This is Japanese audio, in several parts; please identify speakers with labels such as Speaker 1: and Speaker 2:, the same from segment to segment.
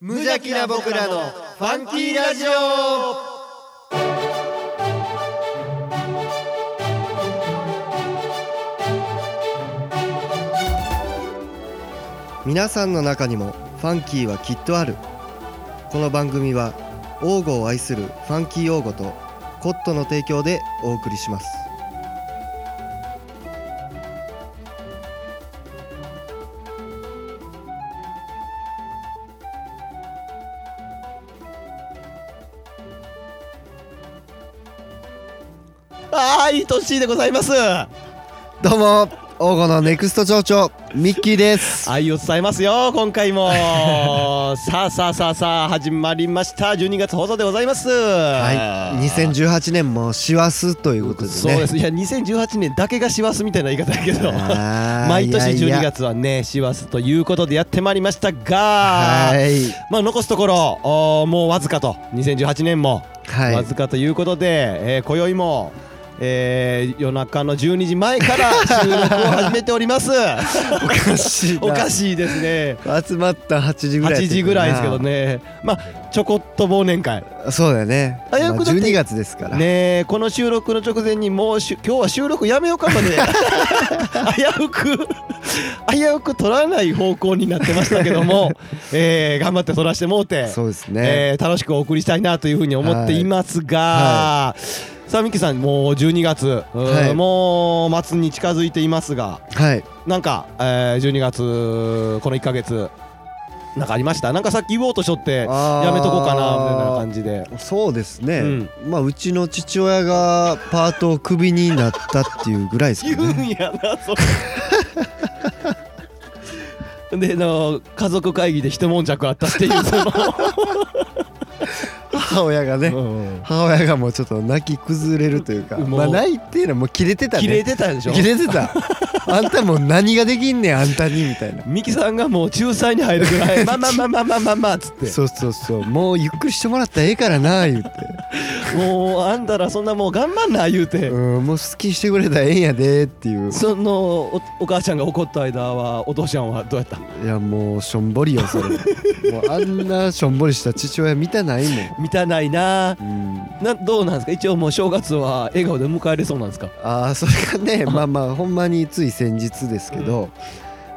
Speaker 1: 無邪気な僕らのファンキーラジオ皆さんの中にもファンキーはきっとあるこの番組は王語を愛するファンキー王語とコットの提供でお送りします
Speaker 2: ああ、いい年でございます。
Speaker 1: どうも王語のネクスト町長ミッキーです
Speaker 2: 愛を伝えますよ、今 回も。さあさあさあさあ、始まりました。12月放送でございます。
Speaker 1: は、
Speaker 2: はい
Speaker 1: 2018年も師走ということでね
Speaker 2: そうです。いや、2018年だけが師走みたいな言い方だけど。
Speaker 1: あー
Speaker 2: 毎年
Speaker 1: いや
Speaker 2: 12
Speaker 1: いや
Speaker 2: 月はね、師走ということでやってまいりましたが
Speaker 1: は。
Speaker 2: まあ、残すところ、おーもうわずかと、2018年も。
Speaker 1: いはい
Speaker 2: わずかということで、えー今宵も、えー夜中の12時前から収録を始めており ます。
Speaker 1: おかしいな
Speaker 2: おかしいですね。
Speaker 1: 集まった8時ぐらい
Speaker 2: 8時ぐらいですけどね、まあ、ちょこっと忘年会、
Speaker 1: そうだよね、まあ、
Speaker 2: 早くだって
Speaker 1: 12月ですから、
Speaker 2: ねえ、この収録の直前に、もうしゅ今日は収録やめようかま で、危うく、危うく取らない方向になってましたけ ども、えー頑張って取らしてもうて、
Speaker 1: そうですね、
Speaker 2: えー楽しくお送りしたいなというふうに思っていますが。さあミッキーさんもう12月、うん
Speaker 1: はい
Speaker 2: もう末に近づいていますが
Speaker 1: はい
Speaker 2: なんか、えー、12月この1ヶ月なんかありましたなんかさっき言おうとしとって
Speaker 1: あー
Speaker 2: やめとこうかなみたいな感じで
Speaker 1: そうですね、まあうちの父親がパートをクビになったっていうぐらいです
Speaker 2: 言
Speaker 1: か
Speaker 2: う
Speaker 1: ね
Speaker 2: んやなそれであの家族会議で一悶着あったっていうそ
Speaker 1: 母親がね、
Speaker 2: の、うん
Speaker 1: 母親がもうちょっと泣き崩れるというか
Speaker 2: もう
Speaker 1: まあ泣いていうのはもう切れてたね
Speaker 2: 切れてたでしょ
Speaker 1: 切れて たあんたもう何ができんねんあんたにみたいな
Speaker 2: ミキさんがもう仲裁に入るぐらいまあまあまあまあまあまあまあっつって
Speaker 1: そうそうそうもうゆっくりしてもらったらええからな言うて
Speaker 2: もうあんたらそんなもう頑張んな言う て、
Speaker 1: うんもう好きにしてくれたらええんやでっていう
Speaker 2: そのおお母ちゃんが怒った間はお父ちゃんはどうやった
Speaker 1: いやもうしょんぼりよそ れもうあんなしょんぼりした父親見たないも、
Speaker 2: 満たないなん
Speaker 1: うん、
Speaker 2: などうなんですか一応もう正月は笑顔で迎えれそうなんですか
Speaker 1: ああそれが ねまあまあほんまについ先日ですけど、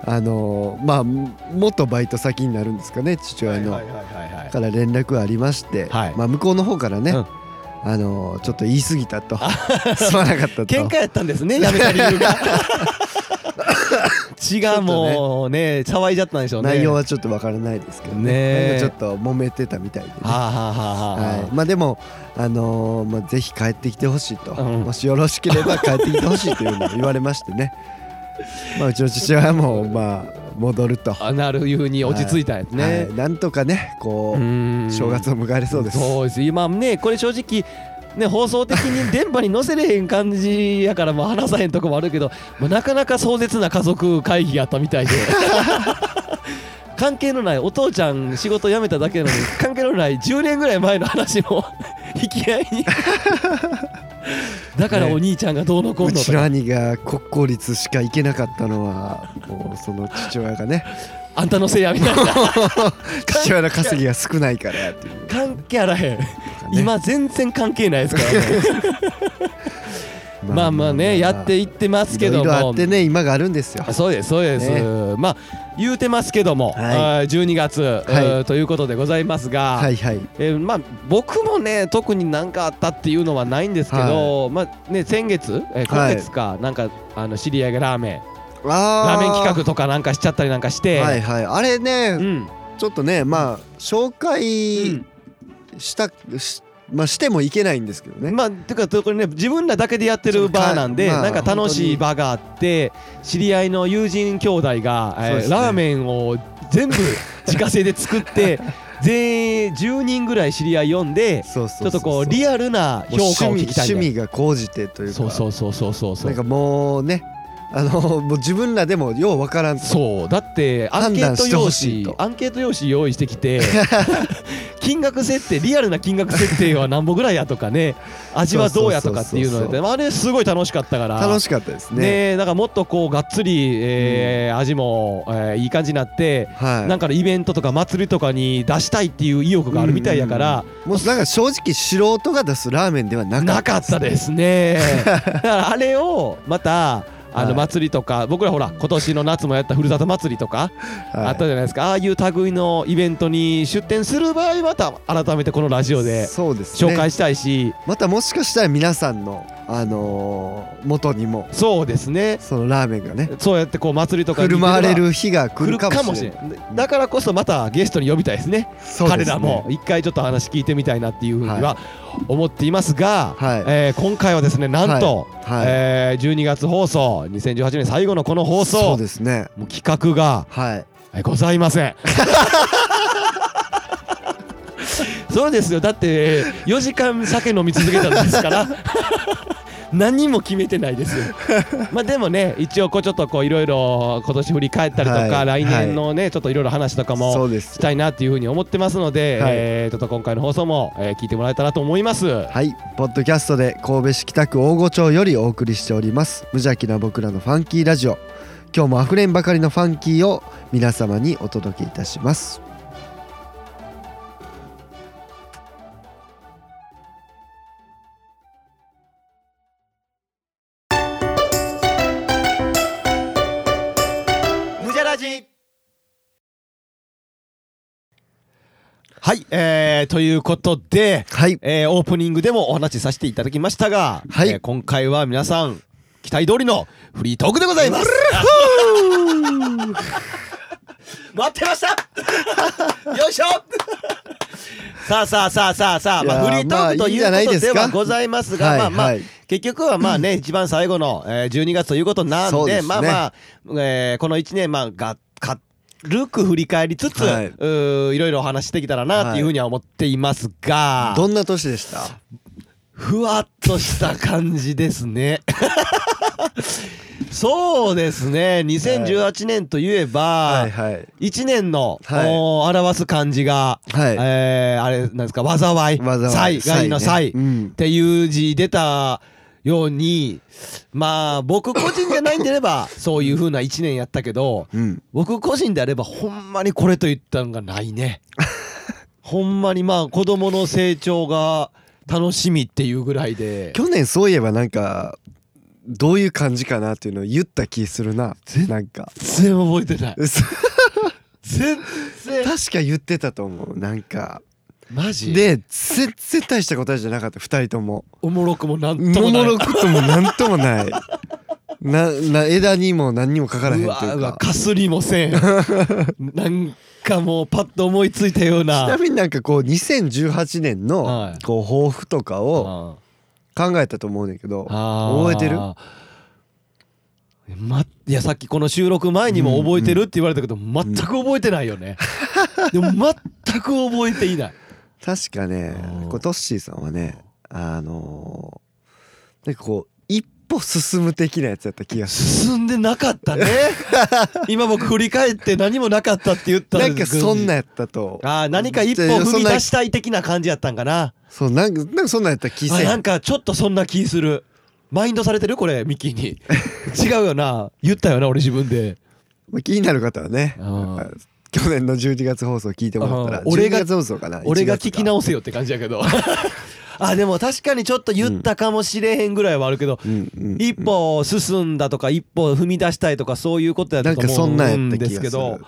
Speaker 1: あのーまあ元バイト先になるんですかね父親の、
Speaker 2: いはいはい
Speaker 1: から連絡ありまして、
Speaker 2: はい
Speaker 1: まあ向こうの方からね、
Speaker 2: うん
Speaker 1: あのーちょっと言い過ぎたと すまなかったと
Speaker 2: 喧嘩やったんですねやめた理由が血がもうね騒いじゃったんでしょうね
Speaker 1: 内容はちょっとわからないですけどね
Speaker 2: ねえ
Speaker 1: なんかちょっと揉めてたみたいで、ね
Speaker 2: はあはあはあ
Speaker 1: は、
Speaker 2: はい
Speaker 1: まあでも、あのーまあ、ぜひ帰ってきてほしいと、
Speaker 2: うん
Speaker 1: もしよろしければ帰ってきてほしいというのを言われまして ね、まあ、うちの父親もまあ戻ると、
Speaker 2: あなるいうに落ち着いたんですね、
Speaker 1: はいなんとかねこ
Speaker 2: う
Speaker 1: う、
Speaker 2: ーん
Speaker 1: 正月を迎えれそうです
Speaker 2: そうです今ねこれ正直ね放送的に電波に載せれへん感じやからもう話さへんとこもあるけど、まあ、なかなか壮絶な家族会議やったみ たいで関係のないお父ちゃん仕事辞めただけなのに関係のない10年ぐらい前の話も引き合いにだから
Speaker 1: ね
Speaker 2: お兄ちゃんがどうのこう
Speaker 1: う
Speaker 2: のと
Speaker 1: ちの
Speaker 2: か、
Speaker 1: 兄が国公立しか行けなかったのはもうその父親がね
Speaker 2: あんたのせいやみたいな
Speaker 1: 父親の稼ぎが少ないからっていう、ね、
Speaker 2: 関係あらへん、今全然関係ないですからね まあまあねやっていってますけども
Speaker 1: いろいろあってね今があるんですよ
Speaker 2: そうですそうです、まあ言うてますけども、
Speaker 1: は
Speaker 2: あー12月、えーということでございますが、
Speaker 1: はいはい
Speaker 2: えーまあ、僕もね特に何かあったっていうのはないんですけど、まあね、先月、えー今月か、なんかあの知り合いがラーメンラー
Speaker 1: ラ
Speaker 2: メン企画とかなんかしちゃったりなんかして、
Speaker 1: はいはいあれね、
Speaker 2: うん
Speaker 1: ちょっとねまあ紹
Speaker 2: う
Speaker 1: 介
Speaker 2: ん
Speaker 1: した、しまあ、してもいけないんですけどね、
Speaker 2: まあてかこれね自分らだけでやってるバーなんで、
Speaker 1: そうかまあ
Speaker 2: なんか楽しいバーがあって知り合いの友人兄弟が、えー
Speaker 1: そうですね
Speaker 2: ラーメンを全部自家製で作 って全員10人ぐらい知り合い呼んで
Speaker 1: そうそ
Speaker 2: ちょっとこうリ
Speaker 1: ア
Speaker 2: アルな評価を聞きたい
Speaker 1: 趣味趣
Speaker 2: み
Speaker 1: 味が高じてと
Speaker 2: た
Speaker 1: い
Speaker 2: いう
Speaker 1: か
Speaker 2: そうそうそうそうそうそ
Speaker 1: なんか
Speaker 2: う
Speaker 1: もうねあのもう自分らでもようわからんと
Speaker 2: そうだってアンケー
Speaker 1: 判断
Speaker 2: ト
Speaker 1: して
Speaker 2: 用
Speaker 1: ほしい
Speaker 2: 紙
Speaker 1: と
Speaker 2: アンケート用紙用意してきて聞金額設定リアルな金額設定は何ぼぐらいやとかね味はどうやとかっていう
Speaker 1: そうそうそう
Speaker 2: の
Speaker 1: そ
Speaker 2: であれすごい楽しかったから
Speaker 1: 楽しかったですね
Speaker 2: ねなんかもっとこうがっつり、えー味も、えーいい感じになって、
Speaker 1: はい
Speaker 2: なんかのイベントとか祭りとかに出したいっていう意欲があるみたいやから、
Speaker 1: うんもうなんか正直素人が出すラーメンではなか
Speaker 2: な
Speaker 1: っ
Speaker 2: か
Speaker 1: た
Speaker 2: ったで すねだからあれをまたあ
Speaker 1: は
Speaker 2: の
Speaker 1: い
Speaker 2: 祭りとか、僕らほら今年の夏もやったふるさと祭りとか、
Speaker 1: はい
Speaker 2: あったじゃないですかああいう類のイベントに出店する場合また改めてこのラジオで
Speaker 1: そうです、ね、
Speaker 2: 紹介したいし、
Speaker 1: またもしかしたら皆さんのあのー元にも
Speaker 2: そうですね
Speaker 1: そのラーメンがね
Speaker 2: そうやってこう祭りとかに
Speaker 1: 振る舞われる日が来
Speaker 2: 来
Speaker 1: る
Speaker 2: る
Speaker 1: か
Speaker 2: か
Speaker 1: も
Speaker 2: も
Speaker 1: し
Speaker 2: し
Speaker 1: れ
Speaker 2: れ
Speaker 1: ない
Speaker 2: ないだからこそまたゲストに呼びたいですね
Speaker 1: そうですね
Speaker 2: 彼らも一回ちょっと話聞いてみたいなっていうふうには思っていますが、
Speaker 1: はい
Speaker 2: えー今回はですねなんと、
Speaker 1: はいはい
Speaker 2: えー12月放送2018年最後のこの放
Speaker 1: そ
Speaker 2: 送
Speaker 1: うですね
Speaker 2: もう企画が
Speaker 1: はい
Speaker 2: えーございま せん。そうですよだって4時間酒飲み続けたんですから 何も決めてないですよまあでもね一応こうちょっとこういろいろ今年振り返ったりとか、
Speaker 1: はい
Speaker 2: 来年のね、ちょっといろいろ話とかも
Speaker 1: そうで
Speaker 2: し
Speaker 1: す
Speaker 2: たいなっていうふうに思ってますので、
Speaker 1: はい
Speaker 2: えーちょっと今回の放送も、えー聞いてもらえたらと思います。
Speaker 1: はいポッドキャストで神戸市北区大御町よりお送りしております無邪気な僕らのファンキーラジオ今日もあふれんばかりのファンキーを皆様にお届けいたします
Speaker 2: 無邪ラジはい、えーということで、
Speaker 1: はい
Speaker 2: えーオープニングでもお話しさせていただきましたが、
Speaker 1: はい
Speaker 2: えー今回は皆さん期待通りのフリートークでございます 待ってま したよいしょさあさあさあさあさあ、まあ、
Speaker 1: い
Speaker 2: フ
Speaker 1: やー
Speaker 2: リートークという
Speaker 1: まあいいんじゃない
Speaker 2: こ
Speaker 1: で
Speaker 2: と
Speaker 1: す
Speaker 2: で
Speaker 1: か
Speaker 2: はございますが、
Speaker 1: はい
Speaker 2: まあまあ、
Speaker 1: はい
Speaker 2: 結局はまあね、一番最後の、えー、12月ということなん
Speaker 1: そう
Speaker 2: で、
Speaker 1: ですね
Speaker 2: まあまあ、えーこの1年、まあ、が、か、軽く振り返りつつ、
Speaker 1: はいう
Speaker 2: ーいろいろお話ししてきたらなっていうふうには思っていますが、
Speaker 1: どんな年でした
Speaker 2: ふわっとした感じで すね。そうですね、2018年といえば、
Speaker 1: はい
Speaker 2: 1年の、
Speaker 1: はい
Speaker 2: おー表す漢字が、
Speaker 1: はい
Speaker 2: えーあれなんですか災い
Speaker 1: 災い
Speaker 2: 災害の
Speaker 1: 災
Speaker 2: 災
Speaker 1: ねうん
Speaker 2: っていう字出たようにまあ僕個人じゃないんであればそういう風な1年やったけど
Speaker 1: うん
Speaker 2: 僕個人であればほんまにこれと言ったのがな いねほんまにまあ子供の成長が楽しみっていうぐらいで
Speaker 1: 去年そういえばなんかどういう感じかなっていうのを言った気するななんか
Speaker 2: 全然覚えてない
Speaker 1: 嘘
Speaker 2: 全然
Speaker 1: 確か言ってたと思うなんか
Speaker 2: マジで
Speaker 1: で 全然大した答えじゃなかった2人とも
Speaker 2: おもろくもなんと
Speaker 1: も
Speaker 2: もない
Speaker 1: ろくともなんともない なな枝にも何にもかからへん
Speaker 2: う
Speaker 1: という
Speaker 2: わ
Speaker 1: か
Speaker 2: うわかすり もせんなんかもうパッと思いついたよう
Speaker 1: ちな
Speaker 2: な
Speaker 1: みになんかこう2018年の
Speaker 2: はい
Speaker 1: こう抱負とかを
Speaker 2: あ
Speaker 1: 考えたと思うねんけど
Speaker 2: ーあー
Speaker 1: 覚えてる
Speaker 2: ま、いやさっきこの収録前にも覚えてるって言われたけど、全く覚えてないよね、でも全く覚えていない
Speaker 1: 確かね
Speaker 2: うん
Speaker 1: こうトッシーさんはねあのーなんかこう一歩進む的なやつやった気がする
Speaker 2: 進んでなかった ね今僕振り返って何もなかったって言った
Speaker 1: なんかそんな
Speaker 2: あ
Speaker 1: やったと
Speaker 2: ー何か一歩踏み出したい的な感じやったんかな
Speaker 1: そうなんかなんかそんなんやった気
Speaker 2: あ
Speaker 1: せ
Speaker 2: なん
Speaker 1: ん
Speaker 2: かちょっとそんな気するマインドされてるこれミッキーに 違うよな言ったよな俺自分で
Speaker 1: まあ気になる方はね
Speaker 2: うん
Speaker 1: 去年の12月放送聞いてもらったら
Speaker 2: うん俺が
Speaker 1: 12月放送かな
Speaker 2: 俺が
Speaker 1: 1月
Speaker 2: 聞
Speaker 1: か
Speaker 2: き直せよって感じやけど あでも確かにちょっと言ったかもしれへんぐらいはあるけど、
Speaker 1: うんうん
Speaker 2: 一歩進んだとか一歩踏み出したいとかそういうことやったと思うん
Speaker 1: なんかそんなんやった
Speaker 2: で
Speaker 1: 気がす
Speaker 2: すけ
Speaker 1: る
Speaker 2: ど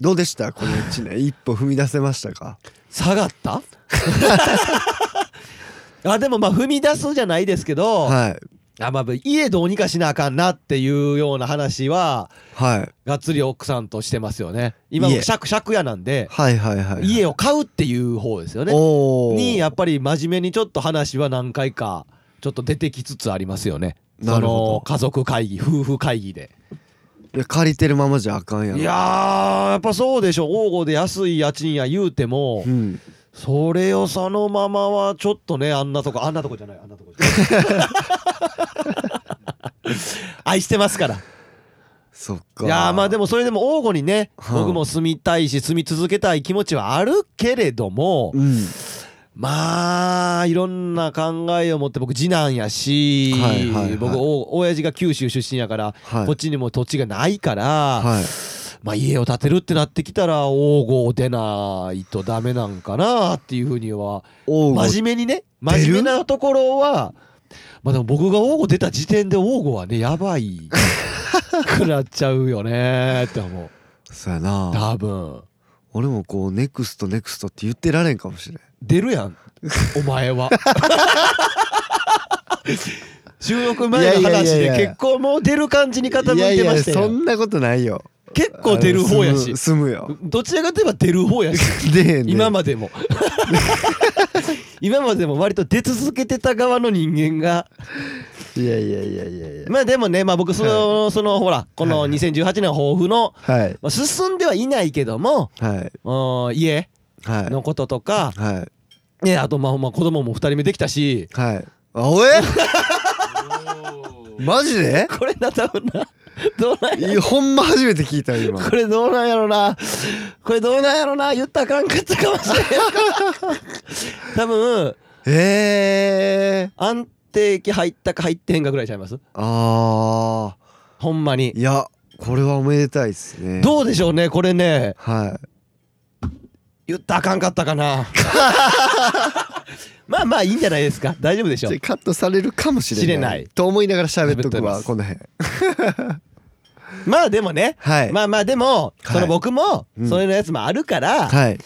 Speaker 1: どうでしたこの1年一歩踏み出せましたか
Speaker 2: 下がった あでもまあ踏み出すじゃないですけど、
Speaker 1: はい
Speaker 2: あまあ、家どうにかしなあかんなっていうような話は
Speaker 1: はい
Speaker 2: がっつり奥さんとしてますよね今
Speaker 1: 家
Speaker 2: 僕借借家なんで
Speaker 1: はいはいはい
Speaker 2: 家を買うっていう方ですよね
Speaker 1: おー
Speaker 2: にやっぱり真面目にちょっと話は何回かちょっと出てきつつありますよね
Speaker 1: な
Speaker 2: そ
Speaker 1: るほど
Speaker 2: の家族会議夫婦会議で
Speaker 1: いや借りてるままじゃあかんやろ
Speaker 2: いやーやっぱそうでしょ王吾で安い家賃や言うても
Speaker 1: うん
Speaker 2: それをそのままはちょっとねあんなとこあんなとこじゃないあんなとこじゃない愛してますから
Speaker 1: そっか
Speaker 2: いやーまあで
Speaker 1: も
Speaker 2: もそれでも王吾にね
Speaker 1: はあ
Speaker 2: 僕も住みたいし住み続けたい気持ちはあるけれども
Speaker 1: うん
Speaker 2: まあいろんな考えを持って僕次男やし
Speaker 1: はいはいはい
Speaker 2: 僕お親父が九州出身やから
Speaker 1: はい
Speaker 2: こっちにも土地がないから
Speaker 1: はい
Speaker 2: まあ家を建てるってなってきたら王吾を出ないとダメなんかなっていうふうには
Speaker 1: 王吾
Speaker 2: 真面目にね真面目なところはまあでも僕が王吾出た時点で王吾はねやばいくなっちゃうよねって思う
Speaker 1: そうやな
Speaker 2: 多分
Speaker 1: 俺もこうネクストネクストって言ってられんかもしれん
Speaker 2: 出るやんお前 は収録前の
Speaker 1: いやいや
Speaker 2: 話
Speaker 1: いや
Speaker 2: で
Speaker 1: いや
Speaker 2: 結構もう出る感じに傾いてました
Speaker 1: そ
Speaker 2: よ
Speaker 1: んなことないよ
Speaker 2: 結構出る方や
Speaker 1: あ
Speaker 2: し
Speaker 1: の住む住むよ
Speaker 2: どちらかといえば出る方やし
Speaker 1: でえね
Speaker 2: 今までも 今までも割と出続けてた側の人間が
Speaker 1: いやいやいやいやいや
Speaker 2: まあでもねまあ僕その、そのほらこの
Speaker 1: はいはい
Speaker 2: 2018年抱負の、
Speaker 1: はい
Speaker 2: まあ、進んではいないけども
Speaker 1: はい
Speaker 2: うん家
Speaker 1: はい
Speaker 2: のこととか、
Speaker 1: はい
Speaker 2: ね、あとまあまあ子供も2人目できたし
Speaker 1: はいあお えマジで
Speaker 2: これな多分などうなん
Speaker 1: いやほんま初めて聞いたよ今
Speaker 2: これどうなんやろなこれどうなんやろな言ったらあかんかったかもしれん 多分
Speaker 1: ええー、
Speaker 2: 安定期入ったか入ってへんかぐらいちゃいます
Speaker 1: あ
Speaker 2: ほんま
Speaker 1: ー
Speaker 2: に
Speaker 1: いやこれはおめでたいですね
Speaker 2: どうでしょうねこれね
Speaker 1: は
Speaker 2: 言ったらあかんかったか なまあまあいいんじゃないですか大丈夫でし
Speaker 1: い
Speaker 2: ょ
Speaker 1: ち
Speaker 2: う
Speaker 1: ょカットされるかもしれない
Speaker 2: 知れない
Speaker 1: と思いながら喋っと
Speaker 2: 喋
Speaker 1: く
Speaker 2: ってま
Speaker 1: わ
Speaker 2: す
Speaker 1: この辺
Speaker 2: まあでもね
Speaker 1: はい、
Speaker 2: まあまあでも
Speaker 1: はい
Speaker 2: その僕も
Speaker 1: うん
Speaker 2: それのやつもあるから
Speaker 1: はい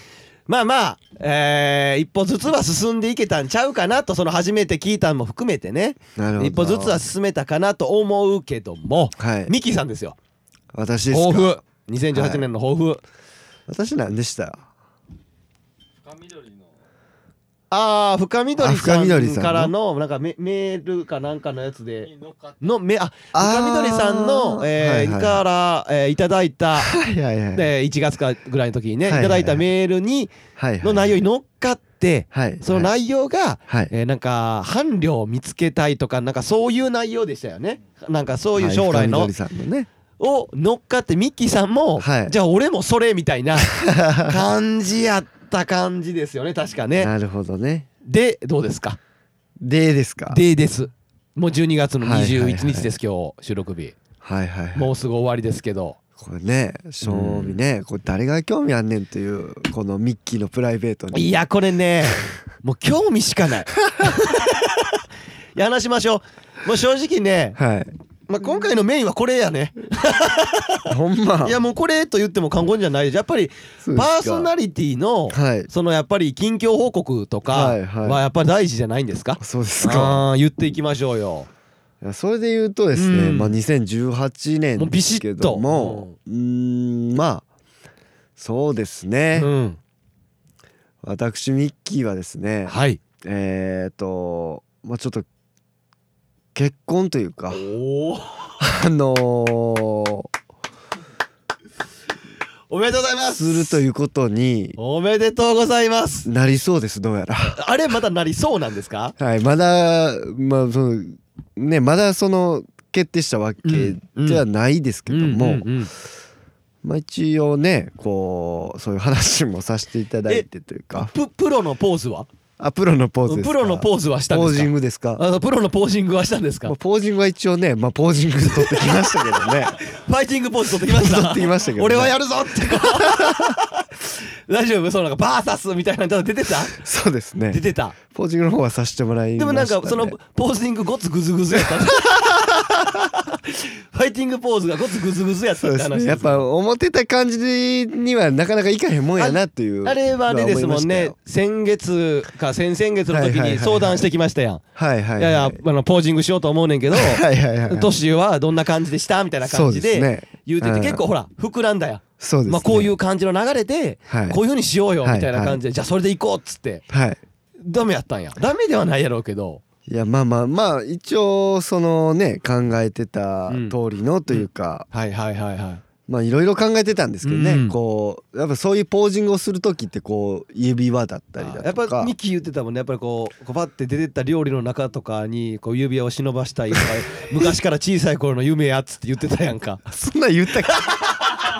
Speaker 2: まあまあえー一歩ずつは進んでいけたんちゃうかなとその初めて聞いたんも含めてね
Speaker 1: なるほど
Speaker 2: 一歩ずつは進めたかなと思うけども、
Speaker 1: はい
Speaker 2: ミッキーさんですよ
Speaker 1: 私ですか
Speaker 2: 抱負2018年の抱負、
Speaker 1: 私何でした
Speaker 2: ああ深緑
Speaker 1: あ深緑さん
Speaker 2: さ
Speaker 1: の
Speaker 2: んからのなんかメメールかなんかのやつでのめあ
Speaker 1: あー
Speaker 2: 深緑さんのえー
Speaker 1: はいはいはい
Speaker 2: から、えーいただいた、
Speaker 1: はいはいはい
Speaker 2: えー1月かぐらいの時にね、
Speaker 1: はいはい
Speaker 2: い
Speaker 1: はい
Speaker 2: ただいたメールに
Speaker 1: はいはい
Speaker 2: の内容に乗っかって、
Speaker 1: はい
Speaker 2: その内容が、
Speaker 1: はい
Speaker 2: えーなんか伴侶を見つけたいとかなんかそういう内容でしたよねなんかそういう将来の
Speaker 1: はい深緑さんのね
Speaker 2: を乗っかってミッキーさんも、
Speaker 1: はい
Speaker 2: じゃあ俺もそれみた いな感じやった感じですよね確かね
Speaker 1: なるほどね
Speaker 2: でどうですか
Speaker 1: でですか
Speaker 2: でですもう12月の
Speaker 1: はいはいはい
Speaker 2: 21日です、今日収録日
Speaker 1: はいはいはい
Speaker 2: もうすぐ終わりですけど
Speaker 1: これね正味ねこれ誰が興味あんねんというこのミッキーのプライベートに
Speaker 2: いやこれねもう興味し かないいや話しましょうもう正直ね、
Speaker 1: はい
Speaker 2: まあ、今回のメインはこれやね
Speaker 1: ほんま
Speaker 2: いやもうこれと言っても過言じゃないやっぱり
Speaker 1: そうです
Speaker 2: パ
Speaker 1: か
Speaker 2: ーソナリティの
Speaker 1: はい
Speaker 2: そのやっぱり近況報告とか
Speaker 1: はいはい
Speaker 2: はやっぱり大事じゃないんですか
Speaker 1: そうですか
Speaker 2: あー言っていきましょうよ
Speaker 1: いやそれで言うとですね、
Speaker 2: うん
Speaker 1: まあ2018年
Speaker 2: もう
Speaker 1: で
Speaker 2: ビシ
Speaker 1: すけ
Speaker 2: ッ
Speaker 1: ど
Speaker 2: と
Speaker 1: もうーんまあそうですね、
Speaker 2: うん
Speaker 1: 私ミッキーはですね
Speaker 2: はい
Speaker 1: えっ、ー、とまあちょっと結婚というか
Speaker 2: おお
Speaker 1: あのー、
Speaker 2: おめでとうございます
Speaker 1: するということに
Speaker 2: おめでとうございます
Speaker 1: なりそうですどうやら。
Speaker 2: あれまたなりそうなんですか
Speaker 1: はい、まだまあそのねまだその決定したわけじゃないですけども、
Speaker 2: うんうんうん
Speaker 1: まあ、一応ねこうそういう話もさせていただいてというか
Speaker 2: ププロのポーズは
Speaker 1: あプロのポーズですか
Speaker 2: プロのポーズはしたんで
Speaker 1: ポー
Speaker 2: す
Speaker 1: ジ
Speaker 2: か
Speaker 1: ングですか
Speaker 2: あのプロのポージングはしたんですか
Speaker 1: まあ、ポージングは一応ね、まあ、ポージングで撮ってきましたけどね
Speaker 2: ファイティングポーズ取ってきました
Speaker 1: 撮ってきましたけどね
Speaker 2: 俺はやるぞって こう大丈夫そのなんかバーサスみたいなの出てた
Speaker 1: そうです
Speaker 2: 出
Speaker 1: ね
Speaker 2: てた
Speaker 1: ポージングの方はさせてもらいまし
Speaker 2: で
Speaker 1: た、
Speaker 2: も
Speaker 1: ね、
Speaker 2: なんかそのポージングごつグズグズやった ファイティングポーズがごつグズグズやった
Speaker 1: そう
Speaker 2: っ
Speaker 1: で
Speaker 2: て
Speaker 1: す
Speaker 2: 話
Speaker 1: ねやっぱ思ってた感じにはなかなかいかへんもんやなっていう
Speaker 2: あれはあれですもんね
Speaker 1: の
Speaker 2: 先月か先々月の時
Speaker 1: はいはいはいはい
Speaker 2: に相談してきましたやん
Speaker 1: は思いましたよはいはいはい
Speaker 2: いやいやあのポージングしようと思うねんけど
Speaker 1: はいはいはいはい
Speaker 2: 年はどんな感じでしたみたいな感
Speaker 1: そうで
Speaker 2: じ
Speaker 1: す
Speaker 2: で
Speaker 1: ね
Speaker 2: 言うて
Speaker 1: う
Speaker 2: て
Speaker 1: ん
Speaker 2: 結構ほら膨らんだやん
Speaker 1: そうですね
Speaker 2: まあこういう感じの流れで
Speaker 1: はい
Speaker 2: こういうふうにしようよみたいな感じ
Speaker 1: はいは
Speaker 2: でじゃあそれで行こうっつって
Speaker 1: はい
Speaker 2: ダメやったんやダメではないやろうけど
Speaker 1: いやまあまあまあ一応そのね考えてた通りのというか、
Speaker 2: はいはいはいはい
Speaker 1: まあいろいろ考えてたんですけどね、
Speaker 2: うん
Speaker 1: こうやっぱそういうポージングをする時ってこう指輪だったりだ
Speaker 2: やっ
Speaker 1: と
Speaker 2: ぱ
Speaker 1: か
Speaker 2: ミキ言ってたもんねやっぱりこうこうパッて出てった料理の中とかにこう指輪を忍ば したいとか昔から小さい頃の夢やっつって言ってたやんか
Speaker 1: そんなん言ったか